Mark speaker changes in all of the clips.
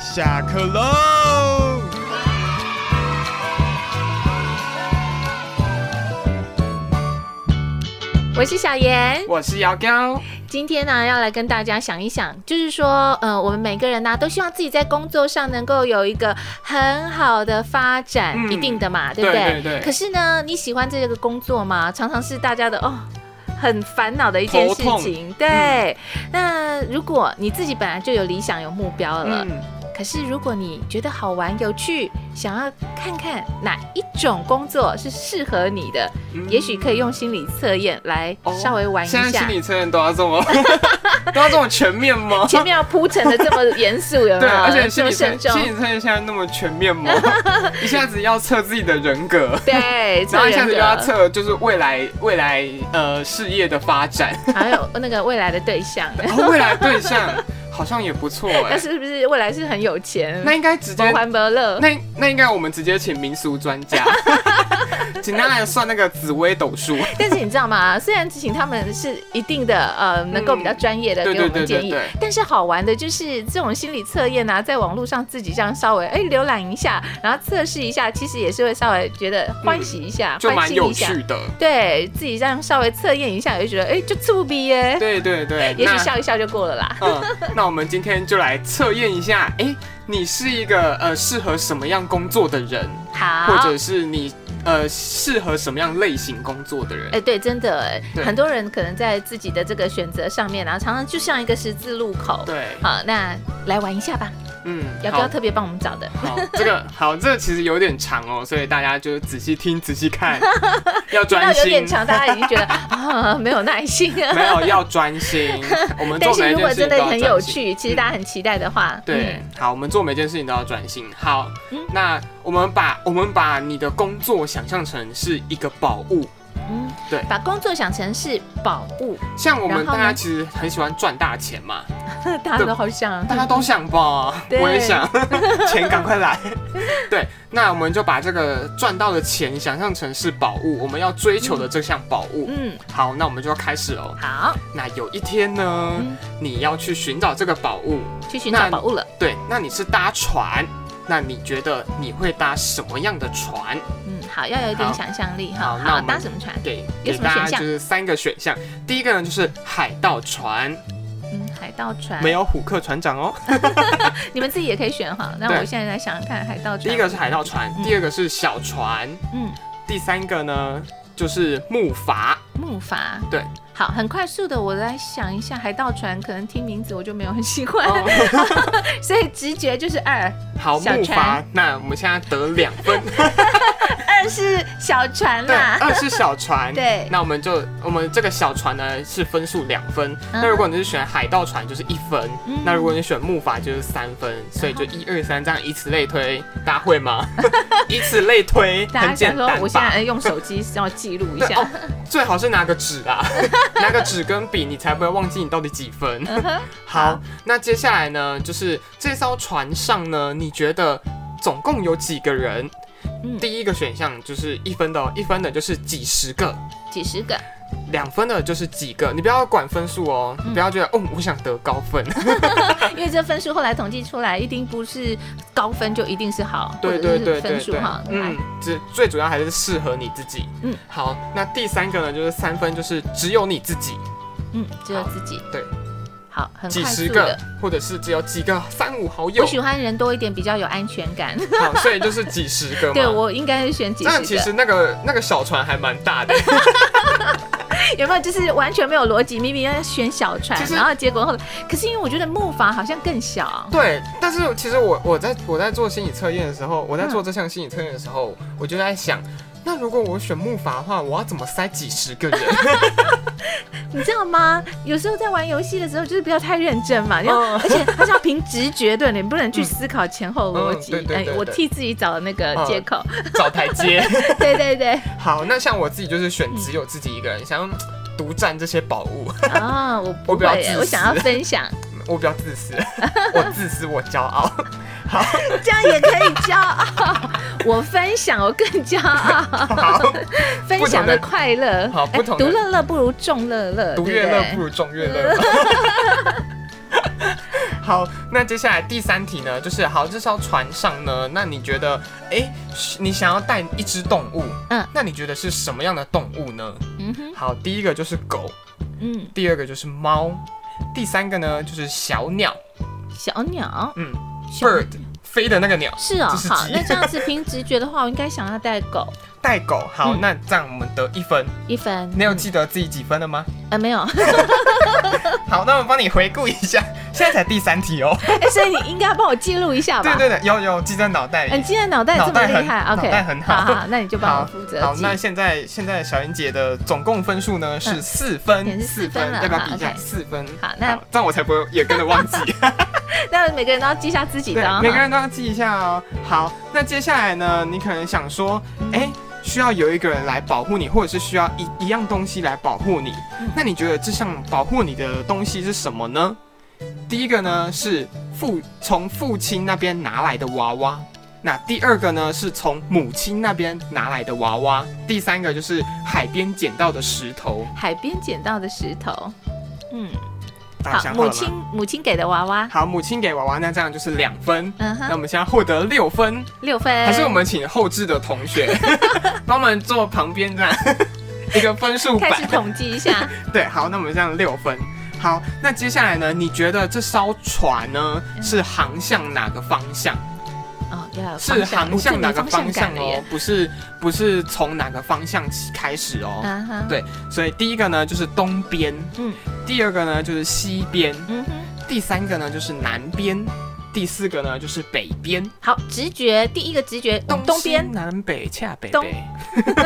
Speaker 1: 下课喽！
Speaker 2: 我是小妍，
Speaker 3: 我是姚高，
Speaker 2: 今天呢、要来跟大家想一想，就是说，呃，我们每个人呢、都希望自己在工作上能够有一个很好的发展，
Speaker 3: 嗯
Speaker 2: 一定的嘛，对不
Speaker 3: 对对对
Speaker 2: 可是呢，你喜欢这个工作吗？常常是大家的哦。 很烦恼的一件
Speaker 3: 头
Speaker 2: 事
Speaker 3: 痛
Speaker 2: 情，对。那如果你自己本来就有理想、有目标了，
Speaker 3: 嗯，
Speaker 2: 可是如果你觉得好玩、有趣，想要看看哪一种工作是适合你的，
Speaker 3: 嗯
Speaker 2: 也许可以用心理测验来
Speaker 3: 哦
Speaker 2: 稍微玩一
Speaker 3: 现在
Speaker 2: 下
Speaker 3: 心。理测验都要这么 都要这么全面 吗？
Speaker 2: 前面要铺陈的这么严肃，有没有？
Speaker 3: 对，而且
Speaker 2: 啊这
Speaker 3: 心
Speaker 2: 么
Speaker 3: 理测
Speaker 2: 慎重。
Speaker 3: 心理测验现在那么全面 吗？一下子要测自己的人格，
Speaker 2: 对，
Speaker 3: 然
Speaker 2: 测
Speaker 3: 后一下
Speaker 2: 人
Speaker 3: 子又要
Speaker 2: 格，
Speaker 3: 测就是未来未来呃事业的发 展，
Speaker 2: 还有那个未来的对 象，
Speaker 3: 然后未来对象好像也不错哎、
Speaker 2: 那是不是未来是很有钱？
Speaker 3: 那应该直接
Speaker 2: 不欢不乐，
Speaker 3: 那那应该我们直接请民俗专 家，请他来算那个紫微斗数。
Speaker 2: 但是你知道吗？虽然请他们是一定的，呃，能够比较专业的
Speaker 3: 嗯对
Speaker 2: 给我
Speaker 3: 对
Speaker 2: 们
Speaker 3: 对
Speaker 2: 建
Speaker 3: 对
Speaker 2: 议，
Speaker 3: 对，
Speaker 2: 但是好玩的就是这种心理测验啊，在网络上自己这样稍微哎浏览一下，然后测试一下，其实也是会稍微觉得欢喜一下，
Speaker 3: 嗯就
Speaker 2: 欢
Speaker 3: 蛮
Speaker 2: 心
Speaker 3: 有
Speaker 2: 一下。
Speaker 3: 趣的。
Speaker 2: 对自己这样稍微测验一下，也就觉得哎，就粗逼耶，
Speaker 3: 对对对，
Speaker 2: 也许
Speaker 3: 那
Speaker 2: 笑一笑就过了啦。
Speaker 3: 嗯，那我们今天就来测验一下， 哎、你是一个呃适合什么样工作的人，
Speaker 2: 好，
Speaker 3: 或者是你呃适合什么样类型工作的人
Speaker 2: 哎、？对，真的哎，
Speaker 3: 对
Speaker 2: 很多人可能在自己的这个选择上面啊，常常就像一个十字路口。
Speaker 3: 对，
Speaker 2: 好，那来玩一下吧，
Speaker 3: 嗯，
Speaker 2: 要不要
Speaker 3: 好。
Speaker 2: 特别帮我们找 的？
Speaker 3: 好，这个好，这个其实有点长哦，所以大家就仔细听、仔细看， 要
Speaker 2: 听到
Speaker 3: 专
Speaker 2: 有
Speaker 3: 心
Speaker 2: 点，长，大家已经觉得 啊、没有耐心了。
Speaker 3: 没有要专心。我们
Speaker 2: 但
Speaker 3: 做
Speaker 2: 是
Speaker 3: 每一
Speaker 2: 如
Speaker 3: 件
Speaker 2: 果
Speaker 3: 事情
Speaker 2: 真
Speaker 3: 都
Speaker 2: 的
Speaker 3: 要
Speaker 2: 很有
Speaker 3: 专心。
Speaker 2: 趣，其实大家很期待的话，
Speaker 3: 对，好，我们做每件事情都要专心。好，
Speaker 2: 嗯
Speaker 3: 那我们把我们把你的工作想象成是一个宝物，
Speaker 2: 嗯，嗯
Speaker 3: 对
Speaker 2: 把工作想成是宝 物，
Speaker 3: 像我
Speaker 2: 然
Speaker 3: 们
Speaker 2: 后
Speaker 3: 大
Speaker 2: 呢
Speaker 3: 家其实很喜欢赚大钱嘛，
Speaker 2: 大家都好想
Speaker 3: 大家都想吧，
Speaker 2: 对
Speaker 3: 我也 想，钱赶快来。对，那我们就把这个赚到的钱想象成是宝物，我们要追求的这项宝物。
Speaker 2: 嗯，
Speaker 3: 好，那我们就要开始喽。
Speaker 2: 好，
Speaker 3: 那有一天呢，
Speaker 2: 嗯
Speaker 3: 你要去寻找这个宝物，
Speaker 2: 去寻找
Speaker 3: 那
Speaker 2: 宝物了。
Speaker 3: 对，那你是搭船，那你觉得你会搭什么样的船？
Speaker 2: 嗯，好，要有一点
Speaker 3: 好
Speaker 2: 想象力
Speaker 3: 好
Speaker 2: 哈。
Speaker 3: 那我
Speaker 2: 好，
Speaker 3: 们
Speaker 2: 搭什么船？
Speaker 3: 给
Speaker 2: 有
Speaker 3: 给
Speaker 2: 什么选
Speaker 3: 大家
Speaker 2: 项
Speaker 3: 就是三个选项。第一个呢就是海盗船，
Speaker 2: 嗯，海盗船。
Speaker 3: 没有虎克船长哦。
Speaker 2: 你们自己也可以选哈。那
Speaker 3: 对
Speaker 2: 我现在来想想看，海盗船。
Speaker 3: 第一个是海盗船，
Speaker 2: 嗯
Speaker 3: 第二个是小船，
Speaker 2: 嗯，
Speaker 3: 第三个呢就是木筏。
Speaker 2: 木筏。
Speaker 3: 对，
Speaker 2: 好，很快速的，我来想一下，海盗船可能听名字我就没有很喜欢，
Speaker 3: 哦
Speaker 2: 所以直觉就是二，
Speaker 3: 好，
Speaker 2: 小
Speaker 3: 木筏
Speaker 2: 船。
Speaker 3: 那我们现在得两 分，
Speaker 2: 二是小船
Speaker 3: 对，
Speaker 2: 啦。
Speaker 3: 二是小船。
Speaker 2: 啊对
Speaker 3: 那我们就我们这个小船呢是分数两分。
Speaker 2: 嗯
Speaker 3: 那如果你是选海盗船就是一分
Speaker 2: 嗯，
Speaker 3: 那如果你选木筏就是三分，所以就一二三这样以此类推，大家会吗？ 以此类推，
Speaker 2: 大
Speaker 3: 很
Speaker 2: 家
Speaker 3: 简
Speaker 2: 想说，
Speaker 3: 单
Speaker 2: 我现
Speaker 3: 吧
Speaker 2: 在？用手机是要记录一
Speaker 3: 对哦
Speaker 2: 下。，
Speaker 3: 最好是拿个纸 啊，拿个纸跟笔，你才不会忘记你到底几分。
Speaker 2: 嗯哼
Speaker 3: 好，那接下来呢，就是这艘船上呢，你觉得总共有几个人？
Speaker 2: 嗯
Speaker 3: 第一个选项就是一分的、哦，一分的就是几十个，
Speaker 2: 几十个，
Speaker 3: 两分的就是几个。你不要管分数哦，
Speaker 2: 嗯
Speaker 3: 你不要觉得哦，我想得高 分。
Speaker 2: 因为这分数后来统计出来，一定不是高分就一定是好，
Speaker 3: 对
Speaker 2: 或者
Speaker 3: 对
Speaker 2: 是
Speaker 3: 对对
Speaker 2: 分数哎
Speaker 3: 对
Speaker 2: 哈，，来
Speaker 3: 嗯，这最主要还是适合你自己。
Speaker 2: 嗯
Speaker 3: 嗯，好，那第三个呢，就是三分，就是只有你自己，
Speaker 2: 嗯，只有自己，
Speaker 3: 对，
Speaker 2: 好，很
Speaker 3: 几
Speaker 2: 快
Speaker 3: 十
Speaker 2: 速
Speaker 3: 个
Speaker 2: 的。，
Speaker 3: 或者是只有几个三五好友
Speaker 2: 我。喜欢人多一点，比较有安全感。
Speaker 3: 好，所以就是几十个嘛。
Speaker 2: 对我应该是选几
Speaker 3: 那
Speaker 2: 十
Speaker 3: 其
Speaker 2: 个，
Speaker 3: 实那个那个小船还蛮大 的，
Speaker 2: 有没有就是完全没有逻辑？明明要选小船
Speaker 3: 其，实
Speaker 2: 然后结果后来，可是因为我觉得木筏好像更 小，
Speaker 3: 对。但是其实我我在我在做心理测验的时候，我在
Speaker 2: 嗯
Speaker 3: 做这项心理测验的时候，我就在想，那如果我选木筏的话，我要怎么塞几十个 人？
Speaker 2: 你知道吗？有时候在玩游戏的时候，就是不要太认真嘛，然后
Speaker 3: 嗯
Speaker 2: 而且它是要凭直觉对你不能去思考前后逻辑。哎
Speaker 3: 嗯对对对对嗯
Speaker 2: 我替自己找那个借口。
Speaker 3: 找台 阶。
Speaker 2: 对对对，
Speaker 3: 好，那像我自己就是选
Speaker 2: 嗯
Speaker 3: 只有自己一个人，想要独占这些宝物。
Speaker 2: 啊、我不
Speaker 3: 我比较
Speaker 2: 会
Speaker 3: 自
Speaker 2: 耶，
Speaker 3: 私
Speaker 2: 我想要分享，
Speaker 3: 我比较自 私，我自私，我骄傲。
Speaker 2: 这样也可以骄傲。 我分享，我更骄 傲。
Speaker 3: 好，
Speaker 2: 分享的快乐，哎
Speaker 3: 好不同的
Speaker 2: 独乐
Speaker 3: 呃
Speaker 2: 乐不如众乐乐，
Speaker 3: 独
Speaker 2: 对
Speaker 3: 乐
Speaker 2: 不
Speaker 3: 乐
Speaker 2: 对
Speaker 3: 不如众乐乐。 好，那接下来第三题呢，就是好，这艘船上呢，那你觉得，哎、是你想要带一只动物，
Speaker 2: 嗯，
Speaker 3: 那你觉得是什么样的动物呢？
Speaker 2: 嗯哼，
Speaker 3: 好，第一个就是狗，
Speaker 2: 嗯，
Speaker 3: 第二个就是猫，第三个呢就是小鸟，
Speaker 2: 小鸟
Speaker 3: 嗯
Speaker 2: 小
Speaker 3: ，bird 飞的那个鸟，
Speaker 2: 是哦，
Speaker 3: 这是
Speaker 2: 好，
Speaker 3: 鸡
Speaker 2: 那这样子凭直觉的话，我应该想要带狗
Speaker 3: 带狗。好，
Speaker 2: 嗯
Speaker 3: 那这样我们得一分。
Speaker 2: 一分。
Speaker 3: 你有记得自己几分了吗？
Speaker 2: 嗯呃没有，
Speaker 3: 好，那我帮你回顾一下，现在才第三题哦。
Speaker 2: 哎所以你应该要帮我记录一下吧？
Speaker 3: 对对对，有有记在脑袋
Speaker 2: 哎，你
Speaker 3: 里。
Speaker 2: 今天脑袋这
Speaker 3: 脑
Speaker 2: 么
Speaker 3: 袋
Speaker 2: 厉
Speaker 3: 很
Speaker 2: 害
Speaker 3: 脑
Speaker 2: ，OK，
Speaker 3: 袋很
Speaker 2: 好
Speaker 3: 好
Speaker 2: 好，那你就帮我
Speaker 3: 好
Speaker 2: 负责
Speaker 3: 好，
Speaker 2: 记
Speaker 3: 那现在现在小英姐的总共分数呢是四分
Speaker 2: 也，是四分了
Speaker 3: 要不要
Speaker 2: 好
Speaker 3: 比一下？
Speaker 2: ，OK
Speaker 3: 四分。
Speaker 2: 好那
Speaker 3: 这样我才不会也跟着忘记。
Speaker 2: 那每个人都要记下自己的
Speaker 3: 对
Speaker 2: 哦，，
Speaker 3: 每个人都要记一下哦。好，那接下来呢，你可能想说，哎、需要有一个人来保护你，或者是需要一一样东西来保护你。
Speaker 2: 嗯
Speaker 3: 那你觉得这项保护你的东西是什么呢？第一个呢是父从父亲那边拿来的娃娃，那第二个呢是从母亲那边拿来的娃娃，第三个就是海边捡到的石头。
Speaker 2: 海边捡到的石头，嗯，
Speaker 3: 大家
Speaker 2: 好，
Speaker 3: 想好
Speaker 2: 母
Speaker 3: 了吗
Speaker 2: 亲母亲给的娃娃，
Speaker 3: 好，母亲给娃娃，那这样就是两分。
Speaker 2: 嗯
Speaker 3: 那我
Speaker 2: 哼，
Speaker 3: 们现在获得六分。
Speaker 2: 六分，
Speaker 3: 还是我们请后置的同 学帮我们做旁边这样一个分数
Speaker 2: 开始
Speaker 3: 板。
Speaker 2: 统计一下，
Speaker 3: 对，好，那我们这样六分。好，那接下来呢？你觉得这艘船呢
Speaker 2: 嗯
Speaker 3: 是航向哪个方向？
Speaker 2: 哦，要有
Speaker 3: 是航
Speaker 2: 向
Speaker 3: 向哪个
Speaker 2: 方
Speaker 3: 方向
Speaker 2: 感了
Speaker 3: 哦
Speaker 2: 耶？
Speaker 3: 不是，不是从哪个方向起开始哦。
Speaker 2: 啊哈，
Speaker 3: 对所以第一个呢就是东边，
Speaker 2: 嗯
Speaker 3: 第二个呢就是西边，
Speaker 2: 嗯哼，
Speaker 3: 第三个呢就是南边，第四个呢就是北边。
Speaker 2: 好，直觉，第一个直觉，东东
Speaker 3: 西
Speaker 2: 边，
Speaker 3: 南北恰北
Speaker 2: 东
Speaker 3: 北，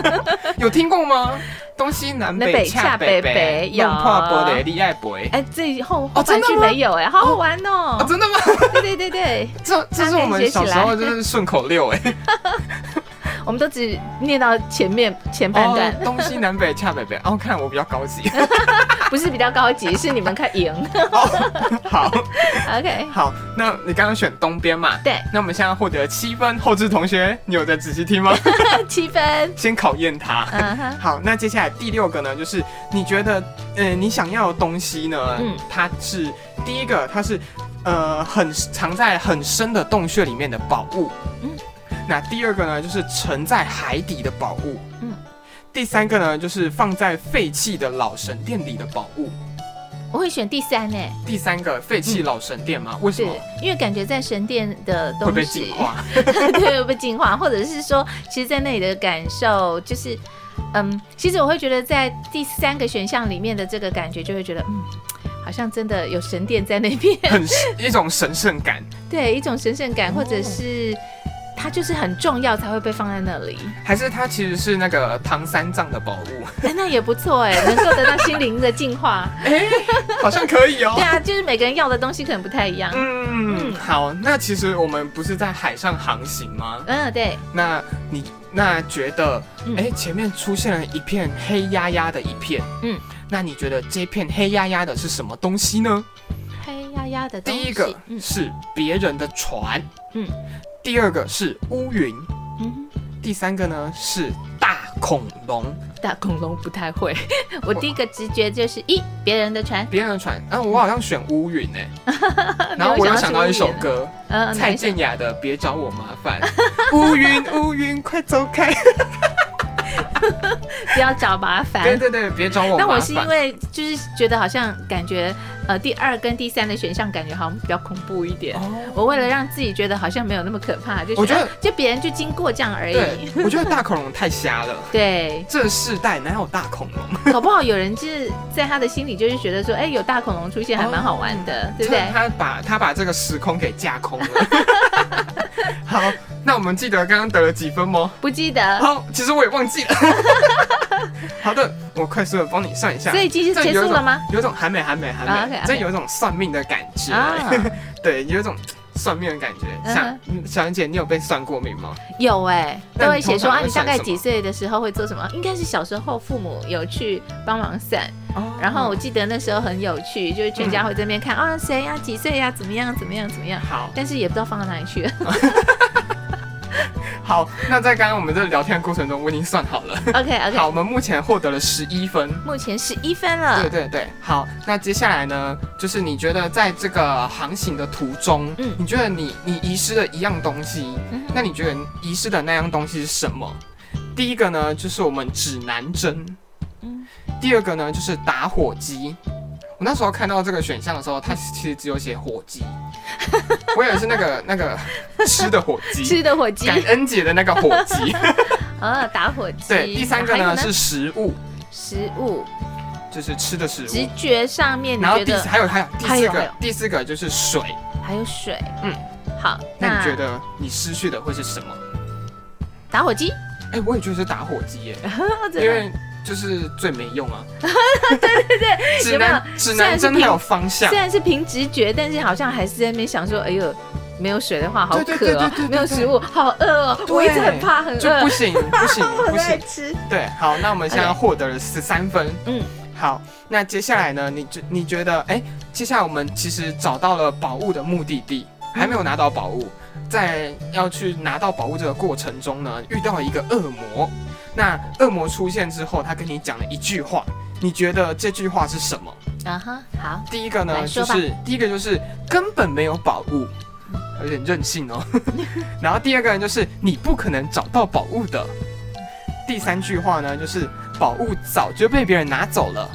Speaker 3: 有听过吗？东西南
Speaker 2: 南北
Speaker 3: 北
Speaker 2: 恰
Speaker 3: 恰
Speaker 2: 北
Speaker 3: 北
Speaker 2: 北
Speaker 3: 北，
Speaker 2: 有
Speaker 3: 弄破玻璃你爱北。
Speaker 2: 哎，最后后
Speaker 3: 哦
Speaker 2: 半
Speaker 3: 真的
Speaker 2: 句
Speaker 3: 吗
Speaker 2: 没有哎，好好玩哦
Speaker 3: 哦，，真的吗？
Speaker 2: 对对对对，
Speaker 3: 这这是我们小时候就是顺口溜 哎。
Speaker 2: 我们都只念到前面前半段，
Speaker 3: 哦东西南北恰北北，哦，看来我比较高 级。
Speaker 2: 不是比较高级，是你们看 赢
Speaker 3: 哦，好
Speaker 2: ，OK，
Speaker 3: 好，那你刚刚选东边嘛？
Speaker 2: 对，
Speaker 3: 那我们现在获得七分，后置同学，你有在仔细听 吗？
Speaker 2: 啊七分，
Speaker 3: 先考验他。
Speaker 2: 嗯哼，
Speaker 3: 好，那接下来第六个呢，就是你觉得，呃，你想要的东西呢，
Speaker 2: 嗯
Speaker 3: 它是第一个，它是呃很藏在很深的洞穴里面的宝物，
Speaker 2: 嗯
Speaker 3: 那第二个呢，就是沉在海底的宝物，
Speaker 2: 嗯
Speaker 3: 第三个呢，就是放在废弃的老神殿里的宝物。
Speaker 2: 我会选第三哎。
Speaker 3: 第三个废弃
Speaker 2: 嗯
Speaker 3: 老神殿吗？为什
Speaker 2: 是
Speaker 3: 么
Speaker 2: 因为感觉在神殿的
Speaker 3: 会
Speaker 2: 东
Speaker 3: 被
Speaker 2: 西
Speaker 3: 净，化？
Speaker 2: 对，会被净化，或者是说，其实，在那里的感受就是，嗯，其实我会觉得在第三个选项里面的这个感觉，就会觉得，嗯，好像真的有神殿在那边，
Speaker 3: 很 一种神圣感。
Speaker 2: 对，一种神圣感，
Speaker 3: 哦
Speaker 2: 或者是它就是很重要才会被放在那 里，
Speaker 3: 还是它其实是那个唐三藏的宝 物，
Speaker 2: 哎，那也不错哎，能够得到心灵的净 化，
Speaker 3: 哎好像可以哦
Speaker 2: 对。啊，就是每个人要的东西可能不太一样，
Speaker 3: 嗯，好，那其实我们不是在海上航行吗？
Speaker 2: 嗯，对，
Speaker 3: 那你那觉得
Speaker 2: 嗯，
Speaker 3: 哎、前面出现了一片黑压压的一片，
Speaker 2: 嗯，
Speaker 3: 那你觉得这片黑压压的是什么东西呢？
Speaker 2: 黑压压的东
Speaker 3: 第
Speaker 2: 西，
Speaker 3: 一个
Speaker 2: 嗯
Speaker 3: 是别人的船，
Speaker 2: 嗯，
Speaker 3: 第二个是乌云，
Speaker 2: 嗯
Speaker 3: 第三个呢是大恐龙。
Speaker 2: 嗯大恐龙不太会。我第一个直觉就是，咦，别人的船，
Speaker 3: 别人的船，啊，我好像选乌云 哎、然后
Speaker 2: 没
Speaker 3: 我
Speaker 2: 有
Speaker 3: 又
Speaker 2: 想
Speaker 3: 想
Speaker 2: 到
Speaker 3: 到
Speaker 2: 是
Speaker 3: 一首
Speaker 2: 乌云
Speaker 3: 歌，
Speaker 2: 嗯、哪
Speaker 3: 蔡
Speaker 2: 一首
Speaker 3: 健雅的《别找我麻烦》，乌云乌云快走开。
Speaker 2: 不要找麻
Speaker 3: 对
Speaker 2: 烦。
Speaker 3: 对对，别找我麻
Speaker 2: 但
Speaker 3: 烦。
Speaker 2: 我是因为就是觉得好像感觉，呃，第二跟第三的选项感觉好像比较恐怖一点。
Speaker 3: 哦，
Speaker 2: 我为了让自己觉得好像没有那么可怕，就
Speaker 3: 我觉得
Speaker 2: 啊就别人就经过这样而已。
Speaker 3: 对，我觉得大恐龙太瞎了。
Speaker 2: 对，
Speaker 3: 这世代哪有大恐龙？
Speaker 2: 搞不好有人就是在他的心里就是觉得说，哎，有大恐龙出现还蛮好玩的，
Speaker 3: 哦
Speaker 2: 对不对？
Speaker 3: 他把他把这个时空给架空了。 好，那我们记得刚刚得了几分吗？
Speaker 2: 不记得，
Speaker 3: 好，其实我也忘记了。好的，我快速的帮你算一下。
Speaker 2: 所以其实
Speaker 3: 这
Speaker 2: 结
Speaker 3: 有一
Speaker 2: 束
Speaker 3: 种
Speaker 2: 了吗？
Speaker 3: 有一种还没还没
Speaker 2: 啊
Speaker 3: 还没
Speaker 2: ，OK，OK，
Speaker 3: 这有一种算命的感觉。
Speaker 2: 啊， 嗯
Speaker 3: 对，有一种算命的感觉。像小妍姐，你有被算过命吗？
Speaker 2: 有哎、
Speaker 3: 那
Speaker 2: 都
Speaker 3: 你
Speaker 2: 会写
Speaker 3: 通
Speaker 2: 说
Speaker 3: 常
Speaker 2: 啊，
Speaker 3: 会
Speaker 2: 你大
Speaker 3: 算
Speaker 2: 概
Speaker 3: 什
Speaker 2: 几
Speaker 3: 么
Speaker 2: 岁的时候会做什么？应该是小时候父母有去帮忙算，
Speaker 3: 哦
Speaker 2: 然后我记得那时候很有趣，就是全家会在那边
Speaker 3: 嗯
Speaker 2: 看、啊，谁呀、几岁呀、怎么样，怎么样，怎么样，
Speaker 3: 好
Speaker 2: 但是也不知道放到哪里去了。
Speaker 3: 好，那在刚刚我们这聊天的过程中，我已经算好了。
Speaker 2: OK
Speaker 3: 好，
Speaker 2: OK，
Speaker 3: 我们目前获得了十一分。
Speaker 2: 目前十一分了。
Speaker 3: 对对对，好，那接下来呢，就是你觉得在这个航行的途中，
Speaker 2: 嗯
Speaker 3: 你觉得你你遗失了一样东西，
Speaker 2: 嗯
Speaker 3: 那你觉得你遗失的那样东西是什么？第一个呢，就是我们指南针，
Speaker 2: 嗯
Speaker 3: 第二个呢，就是打火机。我那时候看到这个选项的时候，它其实只有写火 鸡，我以为是那个那个吃的火鸡，
Speaker 2: 吃的火鸡
Speaker 3: 感恩节的那个火 鸡。
Speaker 2: 啊，打火机。
Speaker 3: 对，第三个
Speaker 2: 还有
Speaker 3: 呢是食物，
Speaker 2: 食物，
Speaker 3: 就是吃的食
Speaker 2: 直
Speaker 3: 物。
Speaker 2: 觉上面你
Speaker 3: 然后
Speaker 2: 觉
Speaker 3: 第
Speaker 2: 得
Speaker 3: 四还有还有第
Speaker 2: 还
Speaker 3: 四
Speaker 2: 有还有
Speaker 3: 个第四个就是水，
Speaker 2: 还有水。
Speaker 3: 嗯，
Speaker 2: 好，
Speaker 3: 那你觉得你失去的会是什么？
Speaker 2: 打火机？
Speaker 3: 哎、我也觉得是打火机耶，
Speaker 2: 真
Speaker 3: 因
Speaker 2: 的
Speaker 3: 为就是最没用 啊。对 对对，指南指
Speaker 2: 虽然
Speaker 3: 南
Speaker 2: 是
Speaker 3: 针还
Speaker 2: 平
Speaker 3: 有方向
Speaker 2: 虽，然是凭直觉，但是好像还是在那边想说，哎呦，没有水的话好
Speaker 3: 对对
Speaker 2: 渴
Speaker 3: 对对
Speaker 2: 哦
Speaker 3: 对对，
Speaker 2: 没有食物好饿哦，
Speaker 3: 对
Speaker 2: 我一直很怕很
Speaker 3: 就
Speaker 2: 饿
Speaker 3: 不，行不行
Speaker 2: 我
Speaker 3: 不
Speaker 2: 都在
Speaker 3: 行。
Speaker 2: 吃。
Speaker 3: 对，好，那我们现在获得了十三分。
Speaker 2: 嗯，
Speaker 3: 好，那接下来呢？你觉你觉得，哎、接下来我们其实找到了宝物的目的地，还没有拿到宝物，在要去拿到宝物这个过程中呢，遇到一个恶魔。那恶魔出现之后，他跟你讲了一句话，你觉得这句话是什么？
Speaker 2: 啊哈，好，
Speaker 3: 第一个呢，
Speaker 2: 来
Speaker 3: 就
Speaker 2: 说吧
Speaker 3: 是第一个就是根本没有宝物，有点任性 哦。然后第二个呢，就是你不可能找到宝物的。第三句话呢，就是宝物早就被别人拿走了。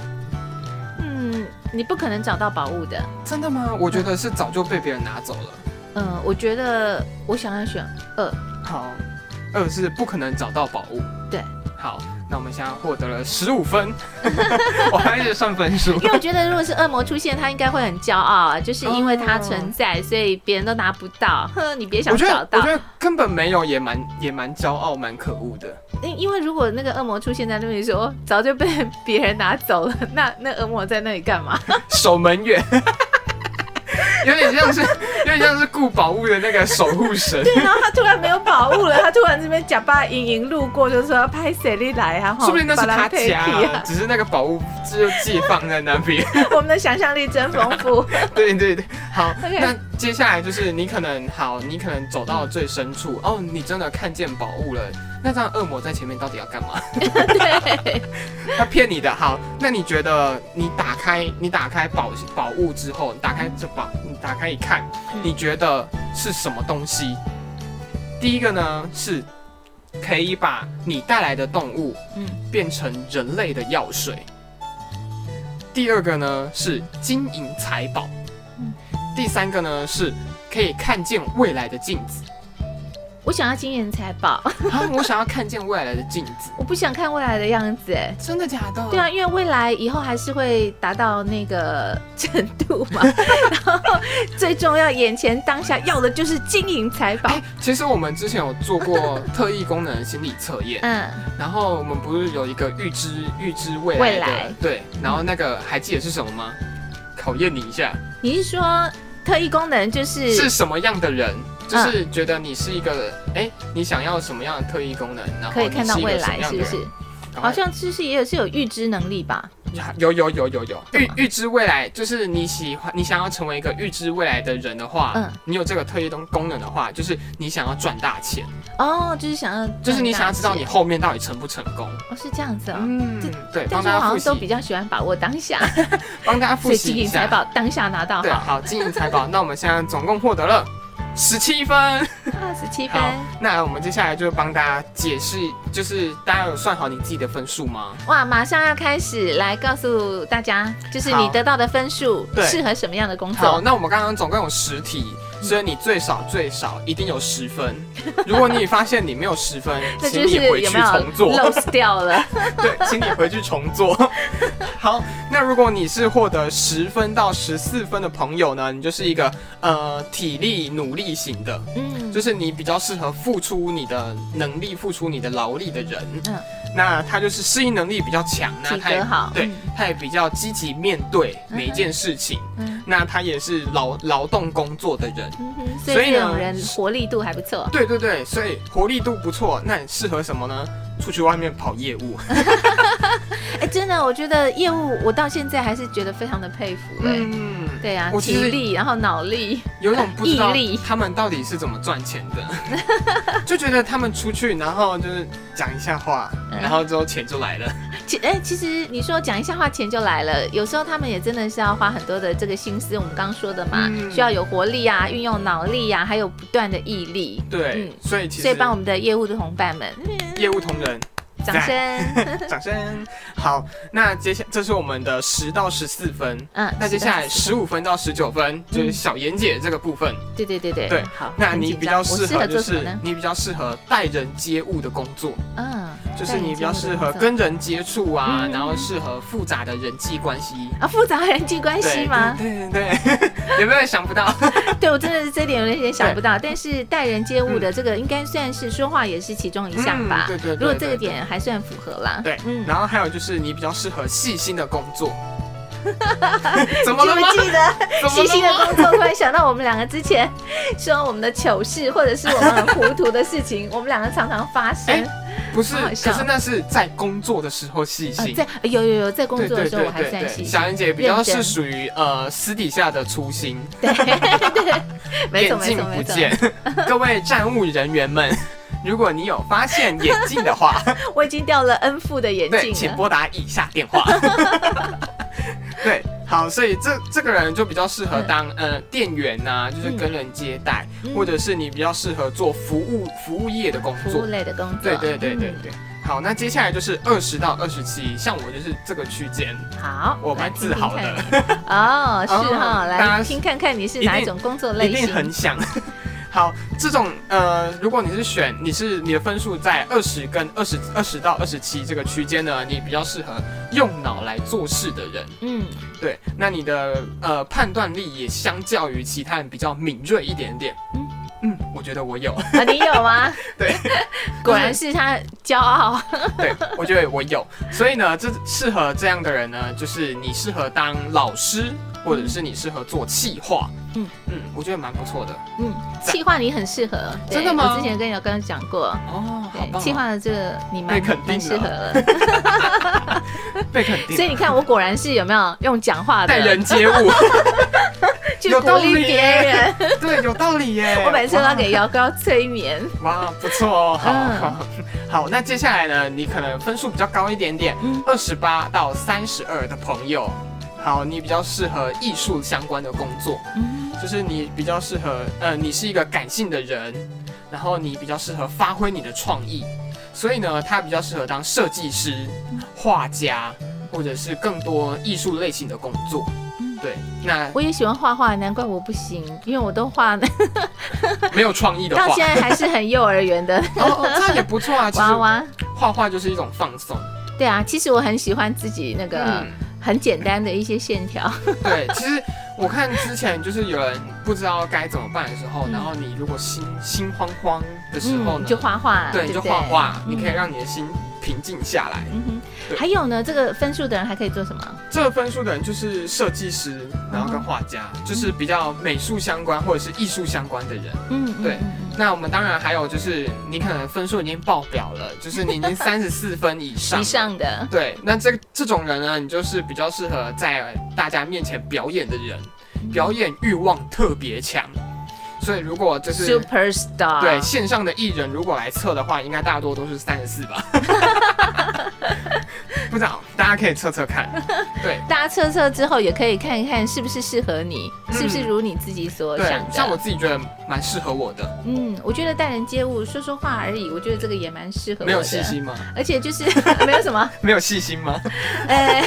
Speaker 2: 嗯，你不可能找到宝物的。
Speaker 3: 真的吗？我觉得是早就被别人拿走了。
Speaker 2: 嗯，我觉得我想要 选二。
Speaker 3: 好，二是不可能找到宝物。
Speaker 2: 对，
Speaker 3: 好，那我们现在获得了十五 分，我还是算分数
Speaker 2: 因。为我觉得，如果是恶魔出现，他应该会很骄傲啊，就是因为他存在，所以别人都拿不到。呵，你别
Speaker 3: 我
Speaker 2: 想
Speaker 3: 觉
Speaker 2: 找
Speaker 3: 得我
Speaker 2: 到
Speaker 3: 觉，得根本没有，也蛮也蛮骄傲，蛮可恶的。
Speaker 2: 因因为如果那个恶魔出现在那里说早就被别人拿走了， 那那恶魔在那里干嘛？
Speaker 3: 守门员，有点像是有点像是顾宝物的那个守护神。
Speaker 2: 对，然后他突然没有宝物了，他突然这边假扮莹莹路过，就说拍谁力来啊？吼
Speaker 3: 说不定那是
Speaker 2: 把
Speaker 3: 他
Speaker 2: 配
Speaker 3: 家
Speaker 2: 皮
Speaker 3: 啊、
Speaker 2: 啊！
Speaker 3: 只是那个宝物就寄放在那边。
Speaker 2: 我们的想象力真丰富。
Speaker 3: 对对对，好
Speaker 2: OK
Speaker 3: 那接下来就是你可能好，你可能走到最深 处，哦，你真的看见宝物了。那这样恶魔在前面到底要干嘛？
Speaker 2: 对，
Speaker 3: 他骗你的。好，那你觉得你打开你打开宝宝物之后，打开这宝，你打开一看，
Speaker 2: 嗯
Speaker 3: 你觉得是什么东西？第一个呢是可以把你带来的动物
Speaker 2: 嗯
Speaker 3: 变成人类的药水。第二个呢是金银财宝
Speaker 2: 嗯，
Speaker 3: 第三个呢是可以看见未来的镜子。
Speaker 2: 我想要金银财宝，
Speaker 3: 啊，我想要看见未来的镜子，
Speaker 2: 我不想看未来的样子哎。
Speaker 3: 真的假的？
Speaker 2: 对啊，因为未来以后还是会达到那个程度 嘛，然后最重要，眼前当下要的就是金银财宝
Speaker 3: 哎、。其实我们之前有做过特异功能的心理测验，
Speaker 2: 嗯，
Speaker 3: 然后我们不是有一个预知预知未来的
Speaker 2: 未来
Speaker 3: 对，然后那个还记得是什么吗？考验你一下，
Speaker 2: 你是说特异功能就是嗯
Speaker 3: 是什么样的人？就是觉得你是一个，哎、你想要什么样的特异功能？然
Speaker 2: 可
Speaker 3: 后
Speaker 2: 以
Speaker 3: 哦你是
Speaker 2: 看
Speaker 3: 一
Speaker 2: 到
Speaker 3: 个
Speaker 2: 未
Speaker 3: 什么
Speaker 2: 来，
Speaker 3: 样
Speaker 2: 是
Speaker 3: 的
Speaker 2: 不
Speaker 3: 人
Speaker 2: 是？？
Speaker 3: 赶快
Speaker 2: 好像就是也是有预知能力吧？
Speaker 3: 有有有有有
Speaker 2: 干
Speaker 3: 预
Speaker 2: 嘛
Speaker 3: 预知未来，就是你喜欢你想要成为一个预知未来的人的话，
Speaker 2: 嗯
Speaker 3: 你有这个特异功功能的话，就是你想要赚大钱，
Speaker 2: 哦，就是想要赚大钱，
Speaker 3: 就是你想要知道你后面到底成不成功。
Speaker 2: 哦是这样子哦。
Speaker 3: 嗯，对，
Speaker 2: 但
Speaker 3: 帮
Speaker 2: 是我
Speaker 3: 大家
Speaker 2: 好
Speaker 3: 复
Speaker 2: 像都
Speaker 3: 习，
Speaker 2: 比较喜欢把握当下，
Speaker 3: 帮大家复
Speaker 2: 所以
Speaker 3: 习
Speaker 2: 金
Speaker 3: 一
Speaker 2: 银财
Speaker 3: 下。
Speaker 2: 宝当下拿到
Speaker 3: 对，啊
Speaker 2: 好，
Speaker 3: 好，金银财 宝。那我们现在总共获得了十七分。
Speaker 2: 二十七分
Speaker 3: 好，那我们接下来就帮大家解释，就是大家有算好你自己的分数吗？
Speaker 2: 哇，马上要开始来告诉大家，就是你
Speaker 3: 好
Speaker 2: 得到的分数
Speaker 3: 对
Speaker 2: 适合什么样的工
Speaker 3: 好，
Speaker 2: 作。
Speaker 3: 那我们刚刚总共有十题，
Speaker 2: 嗯
Speaker 3: 所以你最少最少一定有十分。如果你发现你没有十分，
Speaker 2: 那
Speaker 3: 请
Speaker 2: 就是
Speaker 3: 你回
Speaker 2: 有
Speaker 3: 去
Speaker 2: 没有
Speaker 3: 重做。
Speaker 2: lose 掉了？
Speaker 3: 对，请你回去重做。 好，那如果你是获得十分到十四分的朋友呢，你就是一个呃体力努力型的，
Speaker 2: 嗯，
Speaker 3: 就是你比较适合付出你的能力、付出你的劳力的人。嗯
Speaker 2: 嗯，
Speaker 3: 那他就是适应能力比较强，那
Speaker 2: 体
Speaker 3: 他也
Speaker 2: 格嗯好。
Speaker 3: 对，他也比较积极面对每一件事情。
Speaker 2: 嗯
Speaker 3: 那他也是劳劳动工作的人。
Speaker 2: 嗯哼，
Speaker 3: 所
Speaker 2: 所
Speaker 3: 以
Speaker 2: 以
Speaker 3: 呢
Speaker 2: 这种人活力度还不错。
Speaker 3: 对对对，所以活力度不错。那你适合什么呢？出去外面跑业务。
Speaker 2: 哎，真的，我觉得业务我到现在还是觉得非常的佩服哎、
Speaker 3: 嗯，
Speaker 2: 对啊，
Speaker 3: 我其
Speaker 2: 体
Speaker 3: 实
Speaker 2: 力，然后脑力，
Speaker 3: 有一种不知道
Speaker 2: 毅力
Speaker 3: 他们到底是怎么赚钱的， 就觉得他们出去，然后就是讲一下话，
Speaker 2: 嗯
Speaker 3: 然后之后钱就来了。
Speaker 2: 其哎、其实你说讲一下话钱就来了，有时候他们也真的是要花很多的这个心思。我们刚刚说的嘛，
Speaker 3: 嗯
Speaker 2: 需要有活力啊，运用脑力啊，还有不断的毅力。
Speaker 3: 对
Speaker 2: 嗯，
Speaker 3: 所以其
Speaker 2: 所以
Speaker 3: 实
Speaker 2: 帮我们的业务的同伴们，嗯
Speaker 3: 业务同仁，
Speaker 2: 掌声。
Speaker 3: 掌声。好，那接下这是我们的十到十四分。
Speaker 2: 嗯，
Speaker 3: 那接下来
Speaker 2: 是
Speaker 3: 十五分到十九分就是小妍姐这个部分，
Speaker 2: 的，对对对对
Speaker 3: 对
Speaker 2: 好。
Speaker 3: 那
Speaker 2: 很
Speaker 3: 你
Speaker 2: 紧
Speaker 3: 比
Speaker 2: 张
Speaker 3: 较
Speaker 2: 我
Speaker 3: 适
Speaker 2: 适
Speaker 3: 合
Speaker 2: 合
Speaker 3: 就
Speaker 2: 做什么
Speaker 3: 是
Speaker 2: 呢？
Speaker 3: 你比较适合待人接物的工作，
Speaker 2: 嗯，
Speaker 3: 就是你比较适合
Speaker 2: 带领
Speaker 3: 跟人接触啊，
Speaker 2: 嗯
Speaker 3: 然后适合复杂的人际关系。
Speaker 2: 啊复杂人际关系
Speaker 3: 对嗯
Speaker 2: 吗？
Speaker 3: 对对对，有 没有想不到？
Speaker 2: 对我真的是这点有点想不到，但是待人接物的这个应该算是说话也是其中一项吧。
Speaker 3: 嗯对嗯对对
Speaker 2: 如果这
Speaker 3: 对
Speaker 2: 个点还算符合啦，
Speaker 3: 对，
Speaker 2: 嗯，
Speaker 3: 然后还有就是你比较适合细心的工 作。 怎么
Speaker 2: 记
Speaker 3: 了吗？
Speaker 2: 不记得？
Speaker 3: 怎么
Speaker 2: 细心的
Speaker 3: 了吗？
Speaker 2: 工作，突然想到我们两个之前说我们的糗事，或者是我们很糊涂的事情，我们两个常常发生。
Speaker 3: 哎不是，
Speaker 2: 好好
Speaker 3: 可
Speaker 2: 笑
Speaker 3: 是那是在工作的时候细
Speaker 2: 呃
Speaker 3: 心。
Speaker 2: 在有有有在工
Speaker 3: 对
Speaker 2: 作的
Speaker 3: 对
Speaker 2: 时候，
Speaker 3: 对
Speaker 2: 我还
Speaker 3: 对
Speaker 2: 算细
Speaker 3: 对，
Speaker 2: 心
Speaker 3: 小。安姐比较
Speaker 2: 认
Speaker 3: 是
Speaker 2: 真
Speaker 3: 属于呃私底下的粗心，
Speaker 2: 对对，没错
Speaker 3: 眼
Speaker 2: 没
Speaker 3: 镜
Speaker 2: 错
Speaker 3: 不
Speaker 2: 没错。
Speaker 3: 见。 各位站务人员 们，如果你有发现眼镜的话，
Speaker 2: 我已经掉了 N 副的眼
Speaker 3: 对，
Speaker 2: 镜
Speaker 3: 请
Speaker 2: 了。
Speaker 3: 拨打以下电 话。对，好，所以这这个人就比较适合当、呃店员呐、就是跟人接待，
Speaker 2: 嗯
Speaker 3: 或者是你比较适合做服务服务业的工
Speaker 2: 服务
Speaker 3: 作。
Speaker 2: 类的工作。
Speaker 3: 对对对对
Speaker 2: 嗯
Speaker 3: 对。好，那接下来就是二十到二十七，像我就是这个区间，
Speaker 2: 好，
Speaker 3: 我
Speaker 2: 来
Speaker 3: 蛮
Speaker 2: 听
Speaker 3: 自
Speaker 2: 听
Speaker 3: 豪
Speaker 2: 看
Speaker 3: 的
Speaker 2: 你。 哦，是哈，
Speaker 3: 哦大
Speaker 2: 来
Speaker 3: 家
Speaker 2: 听看看你是哪一
Speaker 3: 一定
Speaker 2: 种工作
Speaker 3: 一
Speaker 2: 类
Speaker 3: 定
Speaker 2: 型。
Speaker 3: 很想。 好，这种呃，如果你是选你是你的分数在二十跟二十二十到二十七这个区间呢，你比较适合用脑来做事的人。
Speaker 2: 嗯，
Speaker 3: 对，那你的呃判断力也相较于其他人比较敏锐一点点。
Speaker 2: 嗯
Speaker 3: 嗯嗯，我觉得我有，
Speaker 2: 啊，你有吗？
Speaker 3: 对，
Speaker 2: 果然是他骄傲。
Speaker 3: 对我觉得我有。所以呢，这适合这样的人呢，就是你适合当老师，或者是你适合做企划。
Speaker 2: 嗯
Speaker 3: 嗯嗯，我觉得蛮不错的。
Speaker 2: 嗯，
Speaker 3: 赞
Speaker 2: 气化你很适合，对
Speaker 3: 真的吗
Speaker 2: 我之前跟有刚讲过，
Speaker 3: 哦，好
Speaker 2: 对，
Speaker 3: 棒、
Speaker 2: 气
Speaker 3: 哦，
Speaker 2: 化的这个你蛮
Speaker 3: 被 肯定了
Speaker 2: 蛮适合了，
Speaker 3: 被肯定。
Speaker 2: 所以你看我果然是有没有用讲话
Speaker 3: 待
Speaker 2: 的
Speaker 3: 人接物，
Speaker 2: 去
Speaker 3: 有
Speaker 2: 鼓
Speaker 3: 道理
Speaker 2: 励别人，
Speaker 3: 对，有道理耶。
Speaker 2: 我每次都要给姚哥 催眠。
Speaker 3: 哇，哇，不错哦，好、
Speaker 2: 嗯
Speaker 3: 好 好。那接下来呢，你可能分数比较高一点点
Speaker 2: 嗯，
Speaker 3: 二十八到三十二的朋友，好，你比较适合艺术相关的工作，
Speaker 2: 嗯
Speaker 3: 就是你比较适合，呃，你是一个感性的人，然后你比较适合发挥你的创意，所以呢，他比较适合当设计师、画家，或者是更多艺术类型的工作
Speaker 2: 嗯。
Speaker 3: 对，那
Speaker 2: 我也喜欢画画，难怪我不行，因为我都画到
Speaker 3: 没有创意的话
Speaker 2: 现，在还是很幼儿 园的
Speaker 3: 哦，这样也不错啊。其实
Speaker 2: 娃娃。
Speaker 3: 画画就是一种放松。
Speaker 2: 对啊，其实我很喜欢自己那个
Speaker 3: 嗯
Speaker 2: 很简单的一些线条。
Speaker 3: 对，其实我看之前就是有人不知道该怎么办的时候，
Speaker 2: 嗯
Speaker 3: 然后你如果心心慌慌的时候
Speaker 2: 嗯
Speaker 3: 呢，
Speaker 2: 就画画，
Speaker 3: 对，你就
Speaker 2: 不
Speaker 3: 画画，
Speaker 2: 嗯
Speaker 3: 你可以让你的心平静下来。
Speaker 2: 嗯哼
Speaker 3: 对
Speaker 2: 还有呢，这个分数的人还可以做什么？
Speaker 3: 这个分数的人就是设计师，然后跟画家，就是比较美术相关或者是艺术相关的人。
Speaker 2: 嗯，
Speaker 3: 对
Speaker 2: 嗯嗯
Speaker 3: 那我们当然还有就是你可能分数已经爆表了，就是你已经三十四分以上
Speaker 2: 嗯
Speaker 3: 了
Speaker 2: 以。上的
Speaker 3: 对，那这这种人呢，你就是比较适合在大家面前表演的人，表演欲望特别强。所以如果就是
Speaker 2: super star，
Speaker 3: 对线上的艺人，如果来测的话，应该大多都是三十四吧。 不知道，大家可以测测 看。对
Speaker 2: 大家测测之后也可以看一看是不是适合你，是不是如你自己所
Speaker 3: 嗯对
Speaker 2: 想，的。
Speaker 3: 像我，自己觉得蛮适合我的，
Speaker 2: 嗯，我觉得待人接物说说话而已，我觉得这个也蛮适合我的。
Speaker 3: 没有细，心吗？
Speaker 2: 而且就是 没有什么，
Speaker 3: 没有细心吗？
Speaker 2: 呃，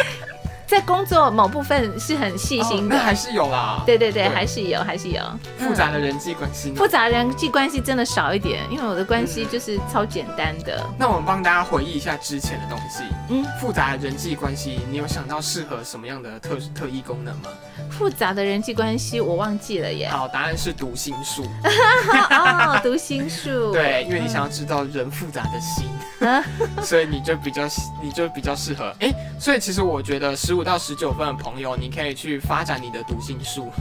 Speaker 2: 在工作某部分是很细心
Speaker 3: 哦
Speaker 2: 的。
Speaker 3: 那还是有啦。
Speaker 2: 对对对，
Speaker 3: 对
Speaker 2: 还是有，还是有
Speaker 3: 复杂的人际关系呢。
Speaker 2: 复杂人际关系真的少一点，因为我的关系就是超简单的。
Speaker 3: 那我们帮大家回忆一下之前的东西。
Speaker 2: 嗯
Speaker 3: 嗯，复杂的人际关系，你有想到适合什么样的特特异功能吗？
Speaker 2: 复杂的人际关系我忘记了耶。
Speaker 3: 好，答案是读心术。
Speaker 2: 哦，嗯读心术。
Speaker 3: 对，因为你想要知道人复杂的心，
Speaker 2: 嗯
Speaker 3: 所以你就比较你就比较适合。哎、所以其实我觉得十五到十九分的朋友，你可以去发展你的读心术。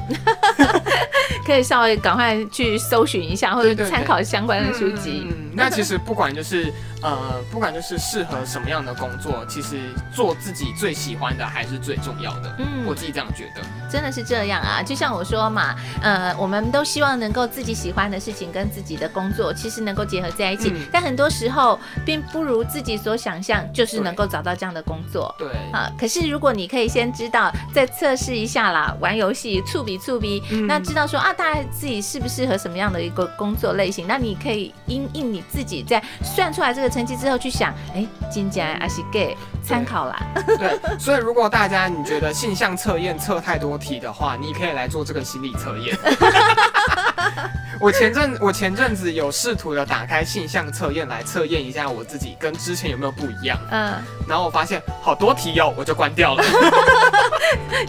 Speaker 2: 可以稍微赶快去搜寻一下，或
Speaker 3: 对
Speaker 2: 者
Speaker 3: 对对
Speaker 2: 参考相关的书籍。
Speaker 3: 嗯那其实不管就是呃，不管就是适合什么样的工作，其实做自己最喜欢的还是最重要的。
Speaker 2: 嗯
Speaker 3: 我自己这样觉得。
Speaker 2: 真的是这样啊，就像我说嘛，呃，我们都希望能够自己喜欢的事情跟自己的工作其实能够结合在一起，
Speaker 3: 嗯
Speaker 2: 但很多时候并不如自己所想象，就是能够找到这样的工作。
Speaker 3: 对，
Speaker 2: 啊，可是如果你可以先知道，再测试一下啦，玩游戏触比触比，
Speaker 3: 嗯
Speaker 2: 那知道说啊，大概自己适不适合什么样的一个工作类型，那你可以因应你自己在算出来这个成绩之后去想，哎，金姐还是 gay 参考啦，
Speaker 3: 对，所以如果大家你觉得性向测验测太多题的话，你可以来做这个心理测 验。我前阵我前阵子有试图的打开性向测验来测验一下我自己跟之前有没有不一样，
Speaker 2: 嗯、
Speaker 3: 然后我发现好多题哦，我就关掉 了。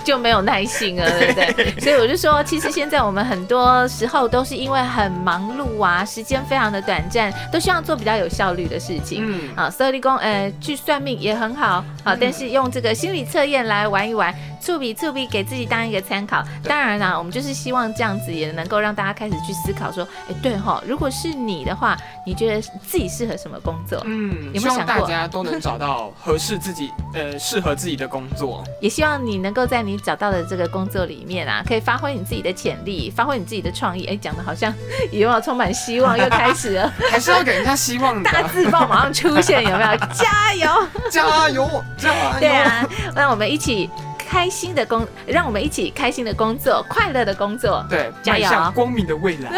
Speaker 2: 就没有耐心了，对不对？所以我就说，其实现在我们很多时候都是因为很忙碌啊，时间非常的短暂，都希望做比较有效率的事情。
Speaker 3: 嗯，
Speaker 2: 啊，所以立功，呃，去算命也很好，啊，
Speaker 3: 嗯
Speaker 2: 但是用这个心理测验来玩一玩，触笔触笔，给自己当一个参考。
Speaker 3: 对
Speaker 2: 当然啦、我们就是希望这样子也能够让大家开始去思考说，哎，对哈、如果是你的话，你觉得自己适合什么工作？
Speaker 3: 嗯，
Speaker 2: 有没有
Speaker 3: 希望
Speaker 2: 想
Speaker 3: 大
Speaker 2: 过
Speaker 3: 家都能找到合适自己呃适合自己的工作。
Speaker 2: 也希望你能够在你找到的这个工作里面啊，可以发挥你自己的潜力，发挥你自己的创意。哎，讲的好像以后充满希望，又开始 了
Speaker 3: 还是要给人家希望的，
Speaker 2: 大字报马上出现，有没有？加油！
Speaker 3: 加油，加
Speaker 2: 对
Speaker 3: 油！
Speaker 2: 啊，让我们一起开心的工，让我们一起开心的工作，快乐的工作。
Speaker 3: 对，
Speaker 2: 加
Speaker 3: 迈
Speaker 2: 油啊
Speaker 3: 向光明的未来。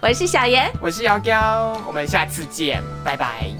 Speaker 2: 我是小妍。
Speaker 3: 我是姚彪，我们下次见，拜拜。